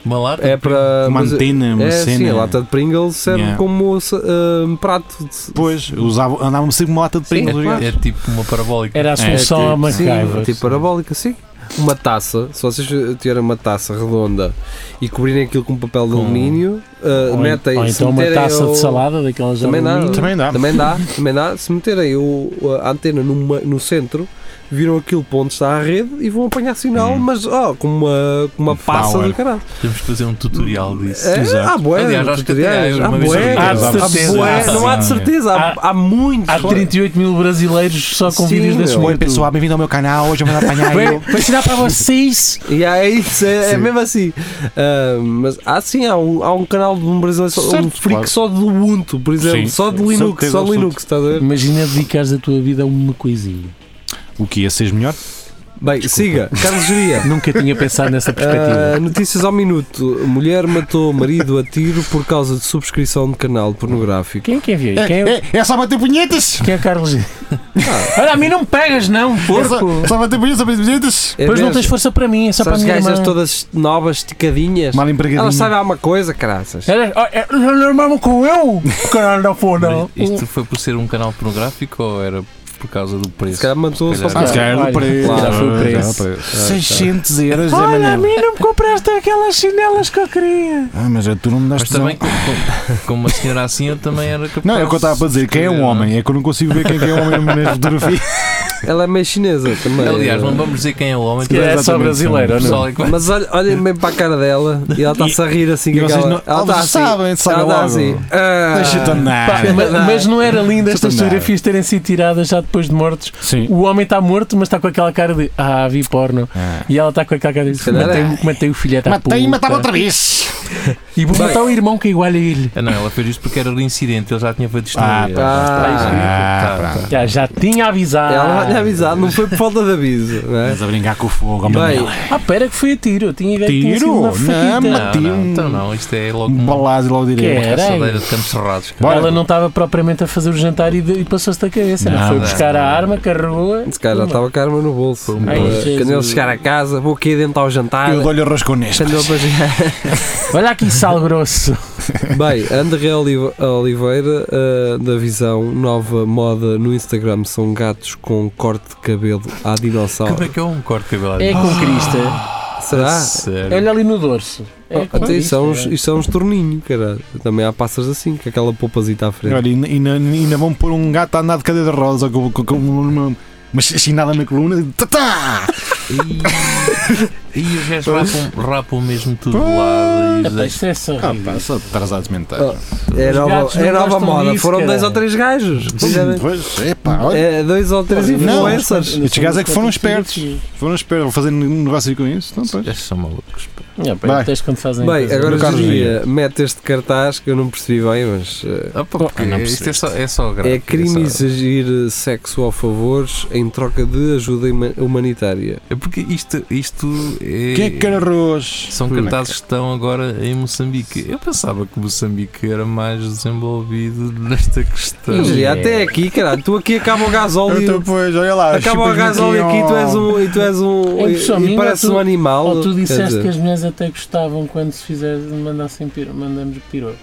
E: Uma lata?
C: É para.
D: Uma
C: mas-
D: antena, uma
C: é,
D: cena.
C: Sim, a lata de Pringles serve
D: Yeah.
C: como um prato. de-
D: Pois, usavam, andavam sempre uma lata de
C: Sim,
D: Pringles.
C: é claro.
E: É tipo uma parabólica.
F: Era assim a solução
D: tipo-
F: à MacGyver.
C: Sim, tipo parabólica, sim. Uma taça, se vocês tiverem uma taça redonda e cobrirem aquilo com papel de
F: Com-
C: alumínio, uh,
F: Ou,
C: metem
F: ou
C: se
F: então uma
C: meterem
F: taça
C: ao-
F: de salada daquelas
C: Também dá.
F: alumínio.
D: Também dá.
C: Também dá, também dá. Se meterem o, a antena numa- no centro, viram aquilo para onde está a rede e vão apanhar sinal,
D: Hum.
C: mas ó, com uma, com uma
D: Um
C: passa
D: power.
C: do caralho.
E: Temos que fazer um tutorial disso.
C: É,
D: exato.
C: há bué,
E: Aliás,
C: de
E: acho que até há
C: tutoriais,
E: eu
C: há
E: uma vez
C: bué,
E: vi.
C: há
F: Ah,
C: bué,
F: certeza,
E: há
C: não há de
E: sim.
C: certeza, há, há muitos.
F: Há 38 mil brasileiros só com
C: Sim,
F: vídeos desses
C: meu.
F: no
D: Oi
F: YouTube.
D: pessoal, bem-vindo ao meu canal, hoje eu vou apanhar
F: Bem,
D: eu.
F: Vou ensinar para vocês.
C: E é isso, é, é
D: Sim.
C: mesmo assim. Ah, mas há sim, há um, há um canal de um brasileiro, só- um
D: Certo,
C: freak
D: claro.
C: só de Ubuntu, por exemplo,
D: Sim.
C: só de
D: Sim,
C: Linux,
D: certeza
C: só
D: absoluta.
C: Linux, estás a ver?
F: Imagina dedicares a tua vida a uma coisinha.
D: O que ia ser melhor?
C: Bem, siga, Carlos Geria.
F: Nunca tinha pensado nessa perspectiva.
C: Ah, notícias ao minuto. Mulher matou marido a tiro por causa de subscrição de canal pornográfico.
F: Quem é que enviou? Quem é,
D: é, é só bater punhetas!
F: quem é o Carlos? Olha, a mim não me pegas, não,
D: É só,
F: porco.
D: é só bater punhetas, só bater punhetas!
C: É
F: Depois não tens
C: mesmo?
F: força para mim, é só para a
C: Sabes
F: minha
C: gajas
F: irmã.
C: todas novas, esticadinhas?
D: Mal empregadinho.
C: Elas sabem alguma coisa, caraças.
F: Era- oh, é- Não normal com eu? Caralho, não foi, não.
E: Mas Isto foi por ser um canal pornográfico ou era por causa do
C: Se
E: preço?
C: calhar matou só
E: Pois
D: Ah, se
C: para-
D: calhar era
F: Olha,
D: do preço.
C: claro,
D: Ah,
F: foi o preço.
D: era do preço. 600 euros da
F: Olha, a
D: manhã.
F: mim não me compraste aquelas chinelas que eu queria.
D: Ah, mas tu não me
E: Mas
D: das
E: também, com, com- com uma senhora assim, eu também era capaz.
D: Não, é o que eu estava para dizer. Quem é um homem? É que eu não consigo ver quem é que é um homem nas fotografias.
C: Ela é meio chinesa também.
E: Aliás, não vamos dizer quem é o homem.
F: É,
E: porque
F: só
D: exatamente,
F: brasileiro,
E: o
F: ou não?
E: pessoal é que vai-
C: Mas olha- olhem bem para a cara dela e ela está-se a rir assim.
D: E
C: com
D: vocês
C: aquela-
D: não-
C: ela
D: ah,
C: está
D: vocês
C: assim.
D: sabem, sabem
C: ela está
D: logo.
C: assim. ah,
D: Deixa-te
F: Pá,
D: andar.
F: ma- mas, não era lindo
D: Só
F: estas
D: para andar.
F: fotografias terem sido tiradas já depois de mortos.
D: Sim.
F: O homem está morto, mas está com aquela cara de Ah, vi porno.
D: Ah.
F: E ela está com aquela cara de
C: calhar é.
F: Matei, matei o filho da puta.
D: Matei e matava outra vez.
F: E vou
C: Bem.
F: matar o irmão que é igual a ele.
E: Ah, não, ela fez isto porque era reincidente, ele já tinha feito isto.
D: Ah,
E: no-
C: pá.
E: Tá,
D: Ah,
E: tá.
D: pronto.
F: Já, já tinha avisado.
C: Ela tinha avisado, não foi por falta de aviso. Não é?
D: Estás a brincar com o fogo, ó,
C: Bem,
D: Manuela.
F: Ah, pera que foi a tiro. Eu tinha ideia que tinha sido
D: Tiro?
F: uma
D: Não,
F: faquita.
E: Não, não, então não, isto é logo
D: Um
E: uma
D: balazo logo direito.
F: Que é?
E: caçadeira de campos cerrados. cara.
D: Bora.
F: Ela não estava propriamente a fazer o jantar e, e passou-se da cabeça. Não,
D: Nada.
F: foi buscar a arma, carregou.
C: Esse cara já estava com a arma no bolso.
E: Pumba.
C: Ah,
F: Ai,
C: Quando ele
F: Jesus.
C: chegar a casa, vou aqui dentro ao jantar.
D: Eu dou-lhe o rascão neste.
C: Estando a-
F: Olha aqui, sal grosso.
C: Bem, André Oliva- Oliveira ah, da Visão, nova moda no Instagram são gatos com corte de cabelo à
E: Como
C: dinossauro.
E: é que é um corte de cabelo? Ah,
F: É com Crista.
C: Será?
F: É,
E: Sério?
F: Olha ali no dorso. É com
C: Até isto,
F: Crista,
C: é uns,
F: é.
C: isto são uns torninhos, cara. Também há pássaros assim, com aquela popazita à frente.
D: Olha, e na- e na- ainda vão pôr um gato a andar de cadeira de rodas ou com, um com- com uma, uma chinada na coluna e tatá!
E: E os gajos rapam, rapam mesmo tudo de lado. E os
F: Epá,
E: deixam-
F: Isto é só.
D: Ah, pá, só atrasados mentais.
C: Ah, É
F: Os gatos
C: nova,
F: não
C: é nova
F: gostam
C: moda.
F: disso,
C: Foram
F: cara.
C: dois ou três gajos. Fizeram-
D: Pois, é pá, olha.
C: É, dois ou três
D: Não,
C: influencers.
D: estes gajos é que foram espertos. Foram esperar, fazendo um negócio com isso. Então, pois.
E: Estes são malucos. pá.
F: É, pá,
D: Vai.
F: tens quando fazem
C: Bem,
F: coisas.
C: agora
D: Carlos
C: diria, mete este cartaz que eu não percebi bem, mas eh,
E: Ah, pá, porque
F: Ah, não
E: isto é
F: percebeste.
E: só, é só gráfico,
C: é crime
E: só-
C: exigir eh, sexo ou favores em troca de ajuda huma- humanitária.
E: É porque isto, isto é.
D: Quem é que quer arroz?
E: São
D: Hum,
E: cartazes que estão agora em Moçambique. Eu pensava que Moçambique era mais desenvolvido nesta questão.
C: Eu diria,
F: é.
C: até aqui, caralho, tu aqui acaba o
D: Eu tô,
C: gasóleo.
D: pois, é? olha lá.
C: Acaba o
D: chupas
C: gasóleo aqui
D: aqui,
C: e tu és
D: ó.
C: um. E tu és um
F: Em
C: e,
F: Moçambique,
C: e pareces
F: ou tu-
C: um animal.
F: Ou tu
C: quer
F: disseste
C: dizer,
F: que as mulheres até gostavam quando se fizer, mandassem piro, mandamos piro.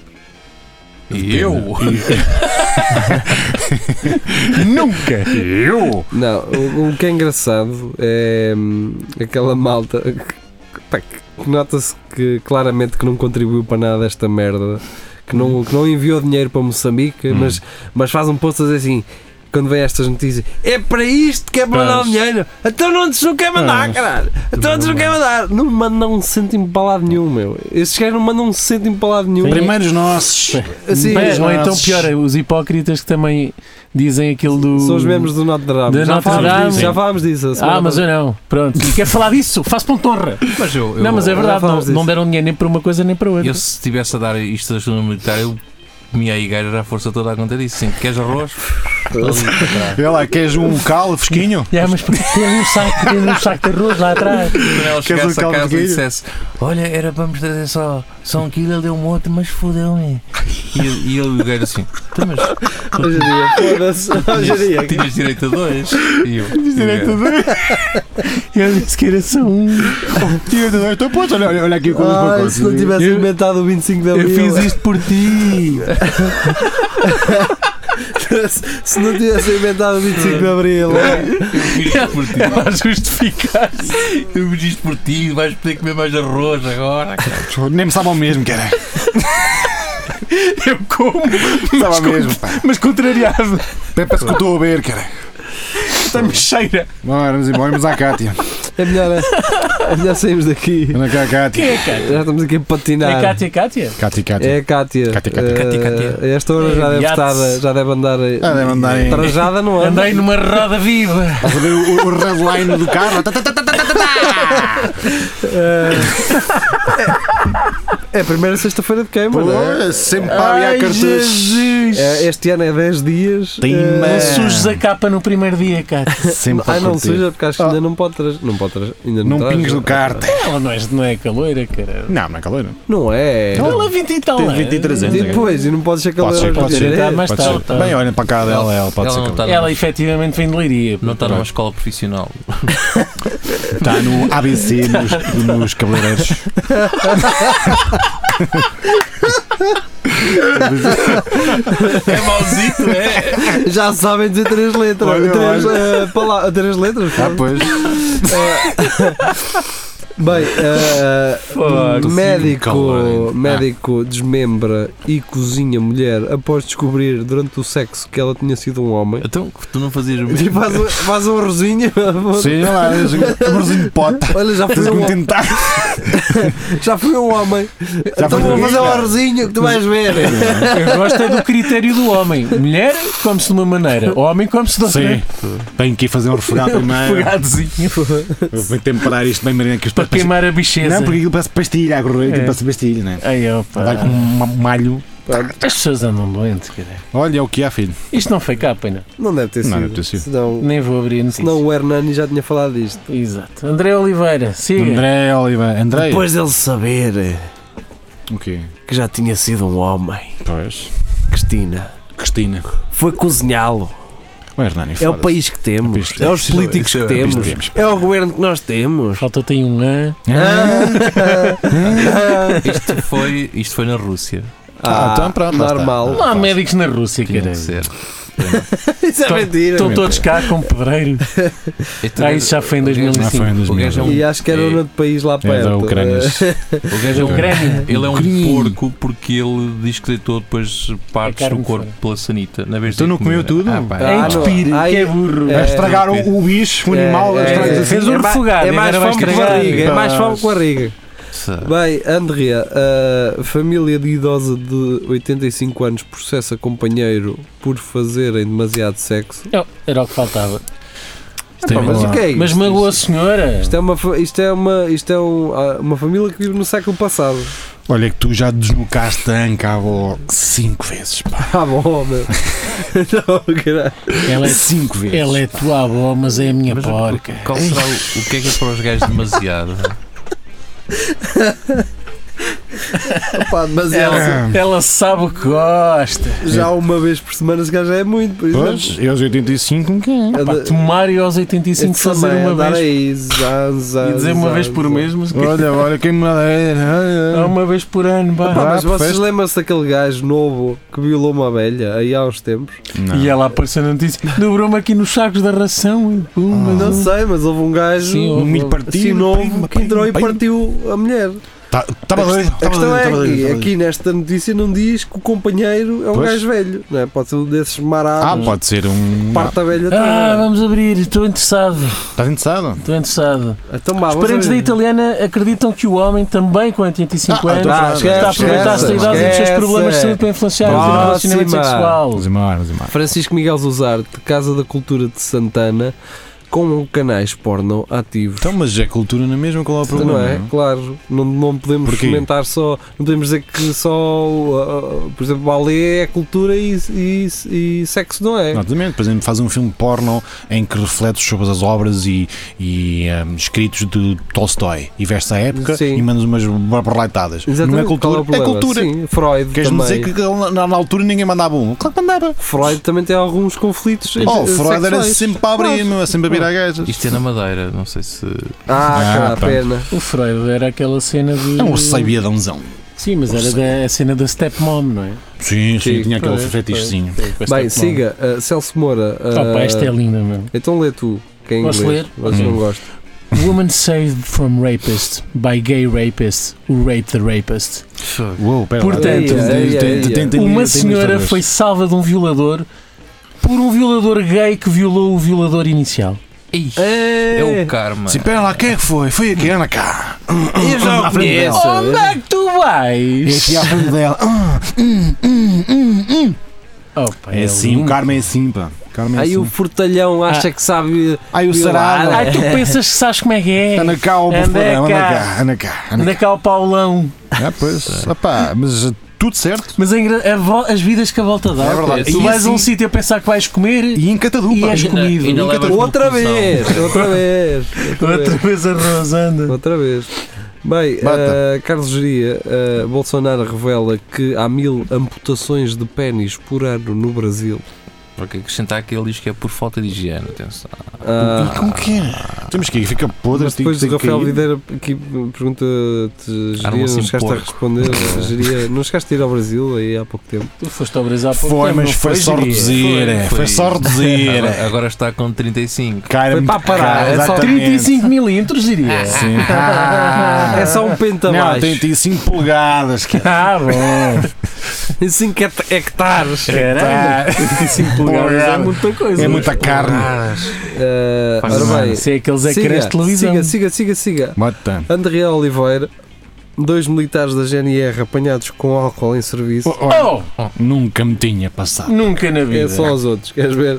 E: E eu?
D: Nunca! Eu!
C: Não, o, o que é engraçado é hum, aquela malta que, pá, que nota-se que claramente que não contribuiu para nada esta merda, que
F: Hum.
C: não, que não enviou dinheiro para Moçambique,
D: Hum.
C: mas, mas faz um post a dizer assim. Quando vem estas notícias, é para isto que é para mandar o
D: Pois.
C: dinheiro. Então não nos não quer mandar,
D: Pois.
C: caralho. Então não nos não quer mandar. Não mandam um cêntimo para lado nenhum, meu. Estes caras não mandam um cêntimo para lado nenhum.
D: Primeiros nossos!
C: Assim,
F: Mas, ou então
D: mas-
F: pior, é os hipócritas que também dizem aquilo do.
C: são os membros do Notre Dame.
F: Da
C: Já
F: Notre
C: falámos
F: Dame.
C: disso, já falámos disso. a semana
F: Ah, mas eu não. Pronto. E quer falar disso? Faço pontonra.
E: Mas eu, eu-
F: Não, mas é verdade, não,
C: falámos disso.
F: não deram dinheiro nem para uma coisa nem para outra.
E: eu se estivesse a dar isto da ajuda militar, eu comia aí gajas à força toda a conta disso. Sim, queres arroz?
D: Vê lá, queres um cal fresquinho?
F: Yeah, mas porque tem um saco, tem um saco de arroz lá atrás.
E: Quando ela
D: Queres um
E: chegasse a
D: caldo de
E: casa e
D: guilho?
E: dissesse: Olha, era para me trazer só, só um quilo, ele deu-me outro, mas fodeu-me. E ele e ele e o gajo assim: "Então, mas
G: Hoje em dia, foda-se. Hoje em dia.
E: tinhas, tinhas direito a dois. E eu,
F: é.
D: direito a
E: dois.
F: Ele disse que era só um.
D: Tira dois, então pronto, olha, olha aqui com
C: Ah,
G: Ai, se não tivesse
C: Eu-
G: inventado o 25 de
C: Eu
G: Abril.
C: fiz isto por ti.
G: Se não tivesse inventado o 25 de Abril.
E: Eu fiz isto por ti.
F: Para justificar.
E: Eu fiz isto por ti. Vais poder comer mais arroz agora.
D: Nem me sabe ao mesmo, cara.
F: Eu como,
D: Sabe ao mesmo, pá.
F: mas contrariado.
D: Parece que eu estou a ver, cara.
F: Está-me cheira.
D: Bora, vamos embora, vamos à Cátia.
C: É melhor, é melhor sairmos daqui.
D: Vamos cá, à Cátia.
F: Quem é a Cátia?
C: Já estamos aqui a
F: É a
C: patinar.
F: Cátia, Cátia?
D: Cátia,
C: É
D: Cátia.
C: a Cátia.
D: Cátia, Cátia,
C: Eh,
E: Cátia, Cátia.
C: a esta hora já deve,
F: Yates.
C: estar, já deve andar. eh,
D: Ah, deve andar em-
C: Trajada não é? anda.
F: Andei numa roda viva.
D: Estás a ver o, o redline do carro? Tá, tá, tá, tá, tá, tá, tá.
C: É a primeira sexta-feira de queima, não é?
D: Pô, Sempre para abrir cartas.
C: É, Este ano é 10 dias.
D: Tem
C: eh,
D: uma-
F: Não sujes a capa no primeiro dia, Cátia.
D: Sempre
C: Ai,
D: a
C: não
D: curtir.
C: seja, porque acho que
D: Ah.
C: ainda não pode trazer. Não pode trazer. Ainda não
D: Não
C: traz.
D: pingues do carro.
F: Ela não é, não é caloira, caralho.
D: Não, não é calor.
C: Não é.
F: Ela é 20 e tal.
G: Tem
F: não é?
G: 23 anos.
C: Depois, e não podes ser
D: Então, Pode ser,
C: calor
D: pode ser.
F: Está mais
D: Pode ser.
F: tarde. tá.
D: Bem, olhem para a cara dela, ela pode
E: Ela não
D: ser.
E: está
F: Ela tá.
E: numa,
F: efetivamente vem de Leiria.
E: não
D: tá
E: está numa escola profissional.
D: Está no ABC nos, nos cabeleireiros.
E: É mauzito, é?
C: Já sabem dizer três letras.
D: Olha,
C: três, eh, pala- três letras.
D: Ah, pois.
C: Bem, eh, médico,
D: calor.
C: médico desmembra e cozinha mulher após descobrir durante o sexo que ela tinha sido um homem.
E: Então, tu não fazias o
C: E
E: mesmo.
C: faz, um- faz um rosinho.
D: Seja lá, és um amorzinho de pota.
C: Olha, já
D: Tens
C: fui
D: que
C: um,
D: me tentar.
C: já fui um homem. então
D: fui
C: vou
D: um
C: fazer um
D: homem.
C: arrozinho que tu vais ver.
F: Eu gosto é do critério do homem. Mulher come-se de uma maneira, homem come-se de outra.
D: Sim. Tenho que ir fazer um refogado primeiro.
F: Fogadozinho
D: Vou temperar isto bem marinho que os
F: para queimar a bicheza.
D: Não, porque aquilo parece pastilha a correr, aquilo
F: É.
D: parece pastilha, né?
F: Ai,
D: Vai com
F: opa.
D: um malho.
F: As pessoas andam doentes, cara.
D: Olha, é o que há, filho.
F: Isto não foi capa, não.
C: Não deve ter sido.
D: Não deve ter sido.
C: Senão,
F: Nem vou abrir a notícia.
C: senão o Hernani já tinha falado disto.
F: Exato. André Oliveira, siga.
D: André Oliva. André?
G: Depois dele saber
D: O quê?
G: que já tinha sido um homem,
D: Pois.
G: Cristina,
D: Cristina.
G: foi cozinhá-lo.
D: O Hernani,
G: É o
D: foda-se.
G: país que
D: país
G: temos,
D: que
G: é os políticos
E: Isso é-
G: que
E: isso é-
G: temos,
D: isso
G: é o governo que nós temos.
F: Faltou-te aí um an.
D: É.
E: Isto foi, isto foi na Rússia.
D: Ah, então pronto, lá está.
C: normal.
F: Não há médicos na Rússia,
E: Tinha
F: cara.
E: de ser.
G: Isso é
F: Então,
G: mentira.
F: Estão todos cá com pedreiro.
E: Este
F: Ah,
E: gajo-
F: isso já foi em
D: Ah, foi
F: 2005.
D: em
E: O gajo é
D: 2000.
E: um-
C: E acho que era
E: É.
C: um outro país lá perto.
D: É da Ucrânia.
E: O gajo é um
F: Ucrânia.
E: Ele é um
D: Ucrânia.
E: porco porque ele diz que deitou depois partes
F: carne
E: do corpo
F: fora.
E: pela sanita. Na vez de
D: Tu não comeu
E: comer.
D: tudo?
E: Ah, pá,
C: Ah,
F: É
C: não.
F: entupir,
C: Ai,
F: que é burro.
C: é-
D: Vai estragar o, o bicho, o
C: É,
D: animal.
C: é,
D: estraga-
C: é.
F: Fez um
C: ma-
F: refogado.
C: É mais
F: agora vais
C: fome com
F: estragar.
C: barriga. É mais
D: Mas-
C: fome com barriga.
E: pá.
C: Bem, Andrea, a família de idosa de 85 anos processa companheiro por fazerem demasiado sexo.
F: Não, Era o que faltava.
D: Tem-
C: Pá, mas o que é isto?
F: Mas magoou a senhora.
C: Isto é, uma, fa- isto é, uma, isto é um- ah, uma família que vive no século passado.
D: Olha que tu já desnucaste a anca avó cinco vezes, pá.
C: Ah, bom, meu. Então, Não, caralho.
F: Ela é,
D: Cinco vezes.
F: ela é tua avó, mas é a minha
E: Mas o-
F: porca.
E: Qual será o, o que é que é para os gajos demasiado?
C: Pá, mas é,
D: Ah,
F: Ela sabe o que gosta.
C: já uma vez por semana se calhar já é muito. Por isso
D: Pois, e aos 85, quem é?
C: não-
F: Pá, tomar e aos 85 fazer
C: Também,
F: uma
C: andar
F: vez.
C: aí, zan, zan,
F: E dizer uma
C: zan,
F: vez por
C: zan.
F: mês, mas que-
D: Olha, olha que madeira. olha,
F: Ah,
D: olha.
F: uma
C: é.
F: vez por ano,
C: Pá,
F: vá.
D: Ah,
C: mas vocês
D: festa.
C: lembram-se daquele gajo novo que violou uma abelha aí há uns tempos?
D: Não.
F: E ela apareceu na notícia. Dobrou-me aqui nos sacos da ração. E pum, mas
C: Não sei, mas houve um gajo
F: Ah. Sim, houve.
D: Um milho
C: assim
D: partido.
C: novo
D: prima,
C: que entrou e
D: prima,
C: partiu a mulher.
D: Tá- Tava doido,
C: A
D: tava
C: questão
D: doido,
C: é
D: tava doido,
C: que
D: tava doido.
C: aqui nesta notícia não diz que o companheiro é um
D: Pois.
C: gajo velho, não é? Pode ser um desses
D: Ah,
C: marados.
D: pode ser um.
C: Parte a velha
F: Ah,
C: toda.
F: vamos abrir, estou interessado,
D: Estás interessado?
F: estou interessado.
C: Então, vá,
F: Os
C: vamos
F: parentes
C: ver.
F: da italiana acreditam que o homem também com 85
D: Ah,
F: anos
D: então
F: está
C: Ah,
D: Está
F: a
C: esquece,
F: aproveitar-se da
C: esquece,
F: idade e dos seus
C: esquece.
F: problemas de saúde para influenciar o
C: Próxima.
F: relacionamento sexual.
D: Vamos embora, vamos embora.
C: Francisco Miguel Zuzarte, Casa da Cultura de Santana, com um canais porno ativos.
D: Então, mas é cultura na mesma, qual é o problema?
C: não é? Claro, não, não podemos
D: Porquê?
C: comentar só, não podemos dizer que só, uh, uh, por exemplo, balé é cultura e, e- e sexo não é.
D: Exatamente, por exemplo, faz um filme porno em que refletes sobre as obras e, e, hum, escritos de Tolstói e veste à época
C: Sim.
D: e mandas umas borreletadas. Não é
C: Exatamente, qual
D: cultura,
C: o problema?
D: cultura.
C: Sim, Freud
D: Queres-me
C: também.
D: dizer que na, na- na altura ninguém mandava um? Claro que mandava.
C: Freud também tem alguns conflitos.
D: Oh,
C: eh,
D: Freud era
C: sexuais.
D: sempre para abrir,
C: Claro.
D: meu, é sempre a virar gajas.
E: Isto é na Madeira, não sei se.
C: Ah,
D: Ah,
C: cara,
D: pronto.
C: pena.
F: O Freud era aquela cena de.
D: É um sabiadãozão.
F: Sim, mas era da, a cena da stepmom, não é?
D: Sim, sim,
C: Sim,
D: tinha aquele
F: foi,
D: fetichezinho. é.
C: Bem, siga, eh, Celso Moura. eh,
F: Opa, esta é linda, meu.
C: Então lê tu, que é em
F: Posso
C: inglês.
F: ler?
C: Mas eu não
D: Hum.
C: gosto.
F: Woman saved from rapist by gay rapist who raped the rapist.
D: Uou, pera
F: Portanto,
C: ei, ei, ei.
F: Uma senhora foi salva de um violador por um violador gay que violou o violador inicial.
E: Ei,
C: É,
E: é o karma.
D: Sim, pera lá, quem é que foi? Foi aqui, anda cá.
F: Eu já
D: À frente
F: conheço. Onde é que tu
D: E é
F: vais?
D: aqui à frente dela. Ah, hum, hum, hum, hum.
F: Opa,
D: É assim, o
F: lindo.
D: karma é assim, pá. O karma é
C: Aí o
D: assim.
C: Fortalhão acha que sabe.
D: Aí o
C: violar,
D: sarado.
F: Ai, tu pensas que sabes como é que é?
D: Anda cá, ó,
F: Anda
D: bufadão, anda
F: cá.
D: cá, anda cá, anda
F: Anda cá o Paulão.
D: cá. Ah, pois, opá, mas tudo certo.
F: Mas a engra- a vo- as vidas que a volta dá.
D: É verdade.
F: Tu
D: E
F: vais a um
D: assim-
F: sítio a pensar que vais comer
D: E em catadupa.
F: e és
E: ainda-
F: comido.
E: ainda
F: Nunca
E: leva-
C: Outra
E: Mas não
C: vez, outra vez,
F: te- Outra vez a Rosanda.
C: outra vez. Bem,
D: Bata.
C: eh, Carlos Geria, eh, Bolsonaro revela que há mil amputações de pênis por ano no Brasil.
E: Para que acrescentar que ele diz que é por falta de higiene, atenção.
C: Ah,
D: E como que é? Temos que ir, fica podre.
C: mas depois
D: tem
C: o
D: que
C: Rafael
D: cair.
C: Videira aqui pergunta-te,
E: Arma
C: Geria, não
E: assim,
C: chegaste a
E: porco.
C: responder? eh, Geria, não chegaste a ir ao Brasil aí há pouco tempo?
F: Tu foste ao Brasil há pouco
D: Foi,
F: tempo,
D: mas
F: não
D: foi só
F: Jeria?
D: reduzir, é,
E: Foi,
D: foi só
E: foi.
D: reduzir.
E: Agora, agora está com 35.
D: Cara,
C: Foi para parar, é só
F: 35 milímetros, diria.
D: Sim.
C: é só um penta
D: Ah. Não,
C: mais.
D: tem, tem 5 polegadas. Que
F: Ah, bom.
C: 5
E: Ah,
C: hectares.
F: Caramba, 35 polegadas é muita coisa.
D: tá? é muita carne.
C: Eh,
E: Faz
C: ora bem,
F: Isso é aqueles ecrãs de televisão.
C: siga, siga, siga, siga.
D: Bota.
C: André Oliveira, dois militares da GNR apanhados com álcool em serviço.
F: Oh,
D: Nunca me tinha passado.
F: nunca na vida.
C: É só aos outros, queres ver?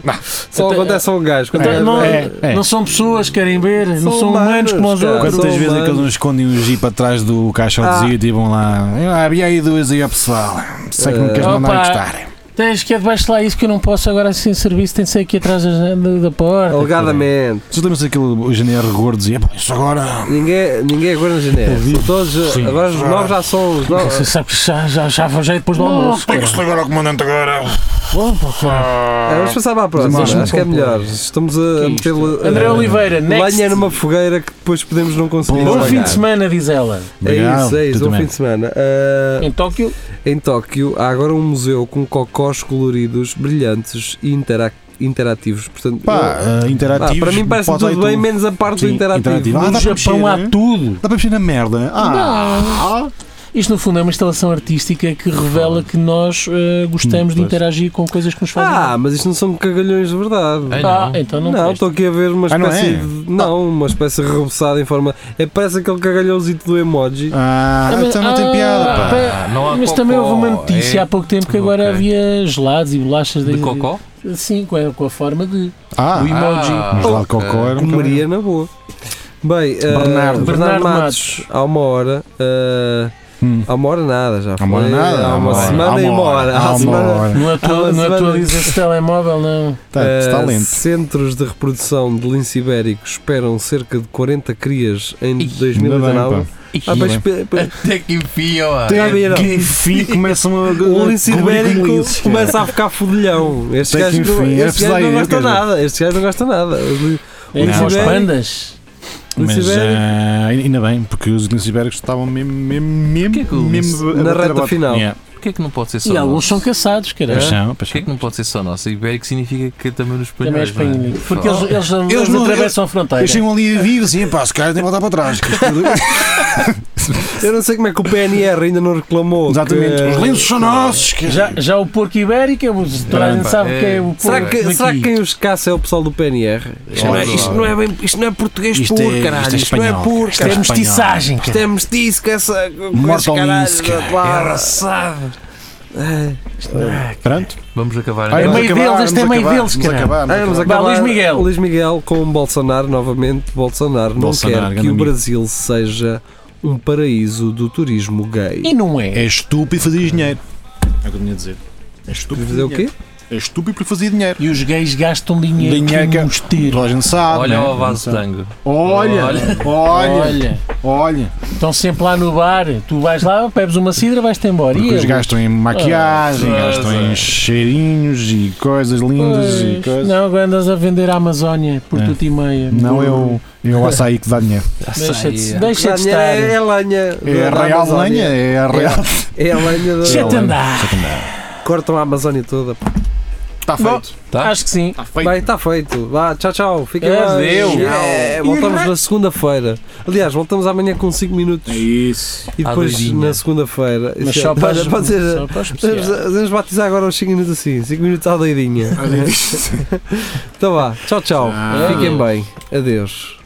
C: Só
F: Até-
C: acontece a um gajo. Quando
F: Então, não,
D: É, é.
F: não são pessoas, querem ver, não
C: São
F: são humanos como
C: humanos,
F: os outros.
C: cara.
D: Quantas
C: sou
D: vezes é que eles
C: humano. Ah.
D: nos escondem o jeep atrás do caixotezinho e vão lá? "Ah, Havia aí duas aí, ó, pessoal. Sei que me queres
F: Eh,
D: mandar
F: opa.
D: encostar.
F: Tens que é debaixo lá isso que eu não posso agora sem serviço, tem que ser aqui atrás da, da- da porta.
C: Alegadamente.
D: Vocês lembram-se daquele GNR gordo dizia: "Pá, Isso
C: É
D: agora.
C: Ninguém, ninguém agora na
F: É
C: GNR. São todos,
D: Sim.
C: agora
F: Ah.
C: os novos já são os
F: Você
C: novos.
F: sabe que já, já, já foi jeito depois do almoço.
D: Tem que
F: cara.
D: se agora ao comandante agora.
F: Opa, cara.
C: Ah, vamos passar para a próxima.
D: Mas, mas,
C: Acho que é
F: mas,
C: melhor. Estamos
F: é
C: a meter eh,
E: ah,
F: André Oliveira, next.
C: lenha numa fogueira que depois podemos não conseguir.
F: Bom fim
C: apagar.
F: de semana, diz ela.
C: É isso, é
D: tu
C: isso. Bom
D: também.
C: fim de semana. Ah,
F: Em Tóquio,
C: Em Tóquio há agora um museu com cocós coloridos, brilhantes e interac- interativos. Portanto,
D: Pá,
C: eu-
D: eh,
C: Ah,
D: interativos.
C: para mim parece
D: podes
C: tudo
D: aí
C: bem,
D: tu.
C: menos a parte do
D: Sim,
C: interativo.
D: interativo. Ah,
F: no
D: dá para
F: Japão
D: mexer,
F: há
D: né?
F: tudo.
D: Dá para mexer na merda. Ah,
F: Isto, no fundo, é uma instalação artística que revela que nós eh, gostamos de
D: Pois.
F: interagir com coisas que nos fazem.
C: Ah, mas isto não são cagalhões de verdade.
E: Ai,
F: Ah,
E: não.
F: então não,
C: não,
F: presta.
C: estou aqui a ver uma
D: Ah, não
C: espécie
D: é?
C: de. Não, uma espécie reboçada em forma. É, parece aquele cagalhãozito do emoji.
D: ah,
F: mas-
D: então não tem
F: ah,
D: piada. Pá.
E: Ah, não há
F: Mas
E: cocó,
F: também houve uma notícia
E: é
F: há pouco tempo que agora
E: Ok.
F: havia gelados e bolachas
E: de cocó?
F: Sim, com a, com a forma de.
D: Ah,
F: o emoji.
E: Ah,
D: mas lá de cocó era um bocadinho.
C: Comeria na boa. Bem, ah,
D: Bernardo.
C: Bernardo,
F: Bernardo
C: Matos, há uma hora. ah,
D: Hum.
C: há uma hora nada, já
D: Há uma hora
C: foi,
D: nada.
C: Há uma semana e uma hora.
D: Há uma
C: semana-
D: hora.
F: Não,
C: Ah,
F: atua, não é
C: mas-
F: atualiza-se telemóvel, não.
D: Tá, Está
C: Eh,
D: lento.
C: Centros de reprodução de lince ibérico esperam cerca de 40 crias em
D: Ainda
C: 2019.
D: bem, pá.
C: Ah,
D: ainda
C: mas pe- pe- Ah,
E: Até que enfim, ó. é.
C: Já viram?
D: Que enfim começam a.
C: o lince
D: cobrir
C: ibérico
D: com isso, cara.
C: começa a ficar fodilhão. Estes
D: é. Tem que
C: gajos não,
D: enfim,
C: estes
D: é
C: gajos
D: preciso
C: não
D: aí,
C: gostam
D: quer dizer.
C: nada. Estes gajos não gostam nada. Os li-
F: É
D: Não,
F: como as
D: está.
F: pandas.
D: Mas
C: Lince ibérico.
D: ah, ainda bem, porque os linces ibéricos estavam mesmo. mesmo, mesmo,
E: Que é que o lince-
D: mesmo a
C: na
D: bater a
C: reta
D: bota.
C: final.
D: Yeah.
E: Porquê é que não pode ser só
F: E
E: nosso?
F: alguns são caçados, caralho.
D: Pois são, pois
E: Porquê é
D: são.
E: que não pode ser só nosso? Ibérico significa que é também nos espanhóis.
F: Também é espanhol.
E: não é?
F: Porque eles, eles, eles,
D: não-
F: atravessam a fronteira.
D: Eles chegam ali a vir assim, pá, se calhar tem que voltar para trás. que isto é tudo-
C: Eu não sei como é que o PNR ainda não reclamou.
D: Exatamente.
C: que-
D: Os lenços são nossos. que- é-
F: Já, já o porco ibérico, é o- toda a gente
E: pá,
F: sabe
E: é.
F: que é o porco.
C: Será que,
F: daqui.
C: será que quem os caça é o pessoal do PNR? Isto não é, isto não é bem- isto não é português
D: Isto
C: puro,
D: é-
C: caralho.
D: isto é
C: Isto não é
D: espanhol,
C: puro,
D: isto é
C: caralho.
F: é mestiçagem,
C: Isto
F: cara.
C: é mestiço com essa. com
D: Morto
C: esses
D: ao
C: caralhos
D: lince, cara.
C: da barra.
D: é
E: Engraçado.
D: Pronto.
E: Vamos acabar.
D: Ah,
F: É
E: então.
D: vamos
F: meio
D: acabar,
F: deles, este é
D: vamos
F: meio
D: acabar,
F: deles,
D: vamos
F: caralho.
D: acabar, é? vamos
C: Vamos
D: acabar.
C: acabar.
F: Vá, Luís Miguel.
C: Luís Miguel com Bolsonaro, novamente Bolsonaro. Não
D: Bolsonaro,
C: quer
D: grande
C: que o
D: amigo.
C: Brasil seja um paraíso do turismo gay.
F: E não é.
D: É estúpido fazer dinheiro. É o que eu tinha a dizer. É estúpido.
C: Fazer o quê?
D: É estúpido por fazer dinheiro.
F: E os gays gastam dinheiro,
D: Dinheiro que- é um
F: que nos tira.
D: Toda a gente sabe.
E: Olha
D: né?
E: o vaso de tango. Olha.
D: Olha, olha,
F: Olha,
D: olha.
F: estão sempre lá no bar. Tu vais lá, bebes uma cidra, vais-te embora. E
D: Porque os
F: eles?
D: gastam em maquiagem,
E: Ah,
D: gastam
E: sim.
D: em cheirinhos e coisas lindas e
F: Pois,
D: coisas.
F: Não, agora andas a vender a Amazónia por
D: É.
F: tudo e meia.
D: Não é o, é o açaí que dá dinheiro.
F: Deixa de,
C: Saia.
F: deixa de
C: Lenha
F: estar.
C: É é lenha.
D: É
C: da-
D: a
C: da
D: real
C: Amazónia.
D: lenha, é a real.
C: É a lenha da.
F: Deixa-te
C: da-
F: andar.
C: Cortam a Amazónia toda. pá.
D: Está feito.
E: Tá?
F: Acho que sim.
D: Está feito.
C: Bem, está feito. Vá, tchau, tchau. Fiquem bem.
F: Adeus.
C: É, voltamos na segunda-feira. Aliás, voltamos amanhã com 5 minutos.
D: É isso.
C: E
E: À
C: depois
E: doidinha.
C: na segunda-feira.
F: Mas
C: Isso é-
F: só para
C: olha,
F: as-
C: pode ser-
F: só para as
C: Vamos,
F: especiais.
C: vamos batizar agora os 5 minutos assim, 5 minutos à doidinha. então vá, tchau, tchau.
D: Tchau.
C: Fiquem bem. Adeus.